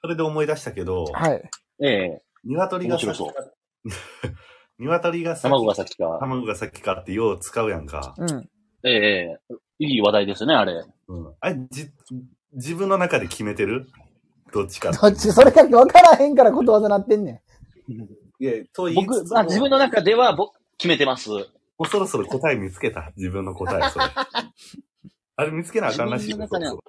それで思い出したけど、はい。ええ鶏が先面白か、 鶏が先卵が先か。卵が先かってよう使うやんか。うん。ええいい話題ですね、あれ。うん。あれ、じ、自分の中で決めてるどっちか てどっち、それか分からへんからことわざなってんねん。いや、と言いつつ僕、もあ自分の中では、僕、決めてます。もうそろそろ答え見つけた。自分の答え、 それ。あれ見つけなあかんらしいよ自分の中ではそう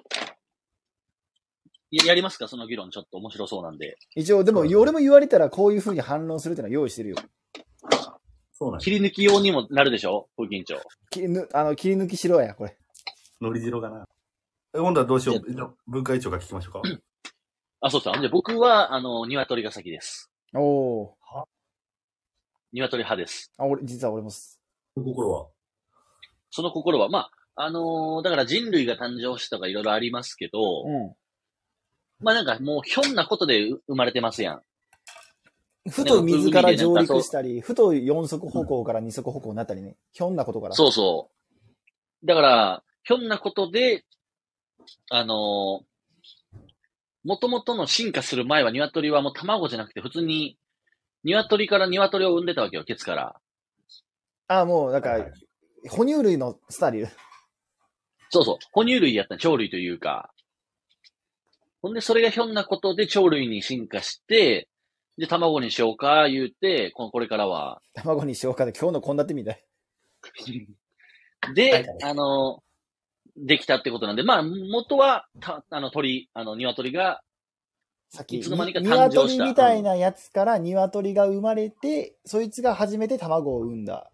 ややりますかその議論、ちょっと面白そうなんで。 一応、でも、俺も言われたらこういう風に反論するってのは用意してるよ。そうそうなんや。切り抜き用にもなるでしょ副緊張。切りぬあの切り抜きしろや、これ。のり白がな。え、今度はどうしよう。じゃあ文化委員長が聞きましょうか。あ、そうですか。じゃあ僕は、あの、鶏が先です。おお鶏派です。ー。あ、俺、実は俺もす。心は。その心は、まあ、あのーだから人類が誕生したとかいろいろありますけど、うまあなんかもうひょんなことで生まれてますやん。ん。ふと水から上陸したり、ふと四足歩行から二足歩行になったりね。ひょんなことから。そうそう。だから、ひょんなことで、あのー、もともとの進化する前は鶏はもう卵じゃなくて普通に、鶏から鶏を産んでたわけよ、ケツから。あ、もう、なんはいかはい、哺乳類のスタイル。 そうそう。哺乳類やったら鳥類というか。ほんで、それがひょんなことで鳥類に進化して、で、卵にしようか、言うて、ここれからは。卵にしようかで、今日の献立みたい。で、はいはいあの、できたってことなんで、まあ、元は、た、あの、鳥、あの、鶏が、さっき、いつの間にか誕生した鶏みたいなやつから鶏が生まれて、そいつが初めて卵を産んだ。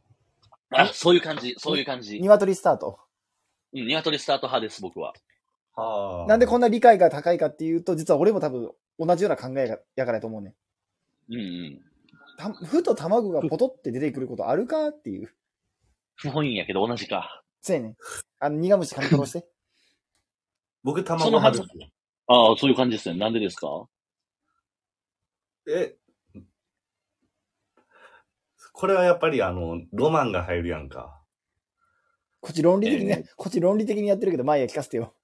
あ、そういう感じ、そういう感じ。うん鶏スタート。鶏スタート派です、僕は。はあ。なんでこんな理解が高いかっていうと、実は俺も多分同じような考えがやからやと思うね。うんうん。たふと卵がポトって出てくることあるかっていう。不本意やけど同じか。そうやねん。あの、苦虫噛み殺 して。僕、卵派ですよ。ああ、そういう感じですね。なんでですかえ、これはやっぱり、あの、ロマンが入るやんか。こっち論理的にええね、こっち論理的にやってるけど、前や聞かせてよ。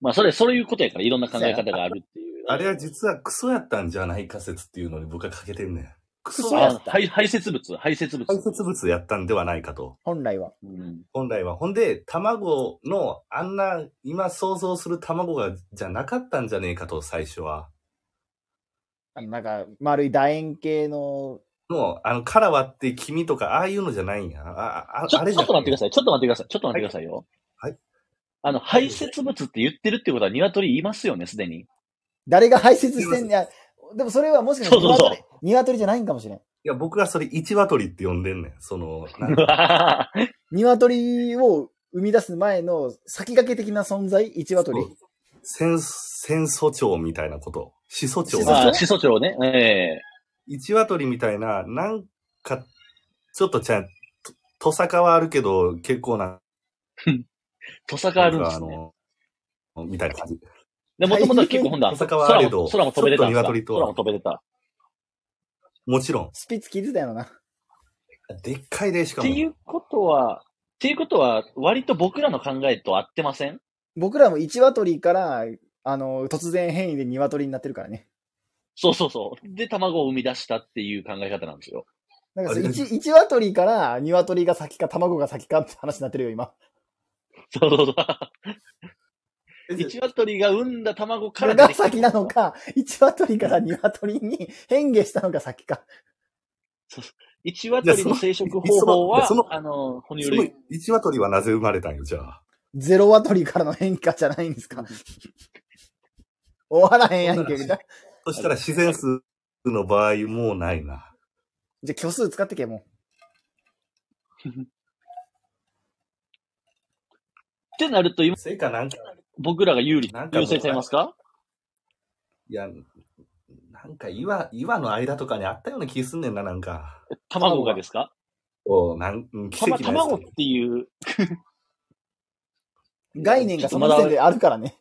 まあ、それ、そういうことやから、いろんな考え方があるっていう。あれは実はクソやったんじゃない仮説っていうのに僕はかけてんねん。クソそうやはっあた排排泄物、排泄物。排泄物やったんではないかと。本来は。うん本来は。ほんで、卵の、あんな、今想像する卵が、じゃなかったんじゃねえかと、最初は。あの、なんか、丸い楕円形の、の、あの、殻割って黄身とか、ああいうのじゃないんや。あ、あ、ちょあちれじゃょっと待ってください。ちょっと待ってください。ちょっと待ってくださいよ。はい。あの、排泄物って言ってるってことは鶏いますよね、すで に。誰が排泄してんねや。でもそれはもしかしてそうそうそう鶏、鶏じゃないんかもしれん。いや、僕はそれ、一羽鳥って呼んでんねん。その、なんかあ鶏を生み出す前の先駆け的な存在、一羽鳥。戦、戦祖鳥みたいなこと。始祖鳥。始祖鳥あ、始祖鳥ね。ええ一羽鳥みたいな、なんか、ちょっとちゃん、と、トサカはあるけど、結構な、トサカなあんるんでかあすね。の、みたいな感じ。で、もともとは結構ほんだト空サカはあれども、空も飛べてたんですかちょっと鶏と空も飛べてた。もちろん。スピッツ聞いてたよな。でっかいで、しかっも。ていうことは、っていうことは、割と僕らの考えと合ってません僕らも一羽鳥から、あの、突然変異で鶏になってるからね。そうそうそう。で、卵を生み出したっていう考え方なんですよ。なんかあれ一、一羽鳥から鶏が先か卵が先かって話になってるよ、今。そうそうそう。え一羽鳥が産んだ卵かこれら出がてきた先なの。か、一羽鳥から鶏に変化したのが先か。一羽鳥の生殖方法いやはそのいやそ、のあの、哺乳その類。一羽鳥はなぜ生まれたんよ、じゃあ。ゼロ羽鳥からの変化じゃないんですか。終わらへんやんけ、みたいな。そしたら自然数の場合、もうないな。じゃあ、虚数使ってけ、もってなると、今、せいかなんか、僕らが有利なん、か優勢されますかいや、なんか岩、岩の間とかにあったような気すんねんな、なんか。卵がですかおうなんうん奇たま跡のや卵っていう、う。 概念がその時点であるからね。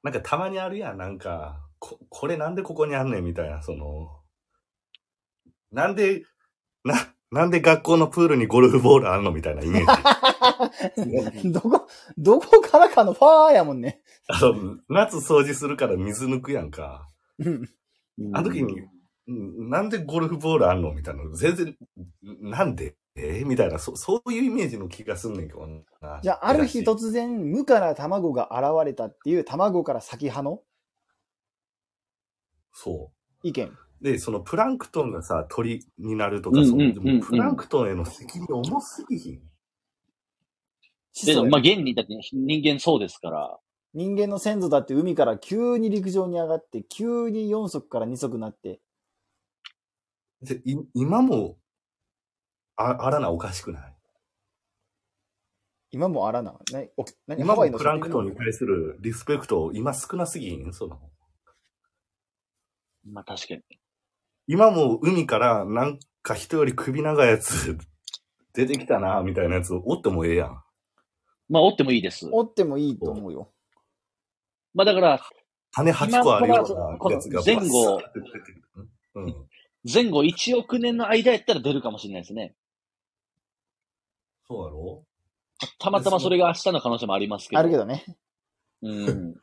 つ。なんかたまにあるやん、なんか、こ、これなんでここにあんねんみたいな、その、なんで、な、なんで学校のプールにゴルフボールあんのみたいなイメ ージ。どこ、どこからかのファーやもんね。あの、夏掃除するから水抜くやんか。うんあの時にうんなんでゴルフボールあんのみたいな。全然、なんでえーみたいな、そ、そういうイメージの気がすんねんけどな。じゃあ、ある日突然、無から卵が現れたっていう、卵から先派のそう。意見。で、そのプランクトンがさ、鳥になるとか、うんそのうんでうんうんもプランクトンへの責任重すぎひん。で、子ま孫あ、現にだって人間そうですから。人間の先祖だって海から急に陸上に上がって、急に4足から2足になって、でい今も、あ、あらなおかしくない今もあらな。ね、お何今ハもワイのプランクトンに対するリスペクト、今少なすぎひんその。まあ確かに。今も海からなんか人より首長いやつ 出てきたな、みたいなやつおってもええやん。まあ、折ってもいいです。折ってもいいと思うよ。まあ、だから、羽8個あるよう今なこのやつが前後バッサッて出てくる。うん。前後1億年の間やったら出るかもしれないですね。そうやろたまたまそれが明日の可能性もありますけど。あるけどね。うん。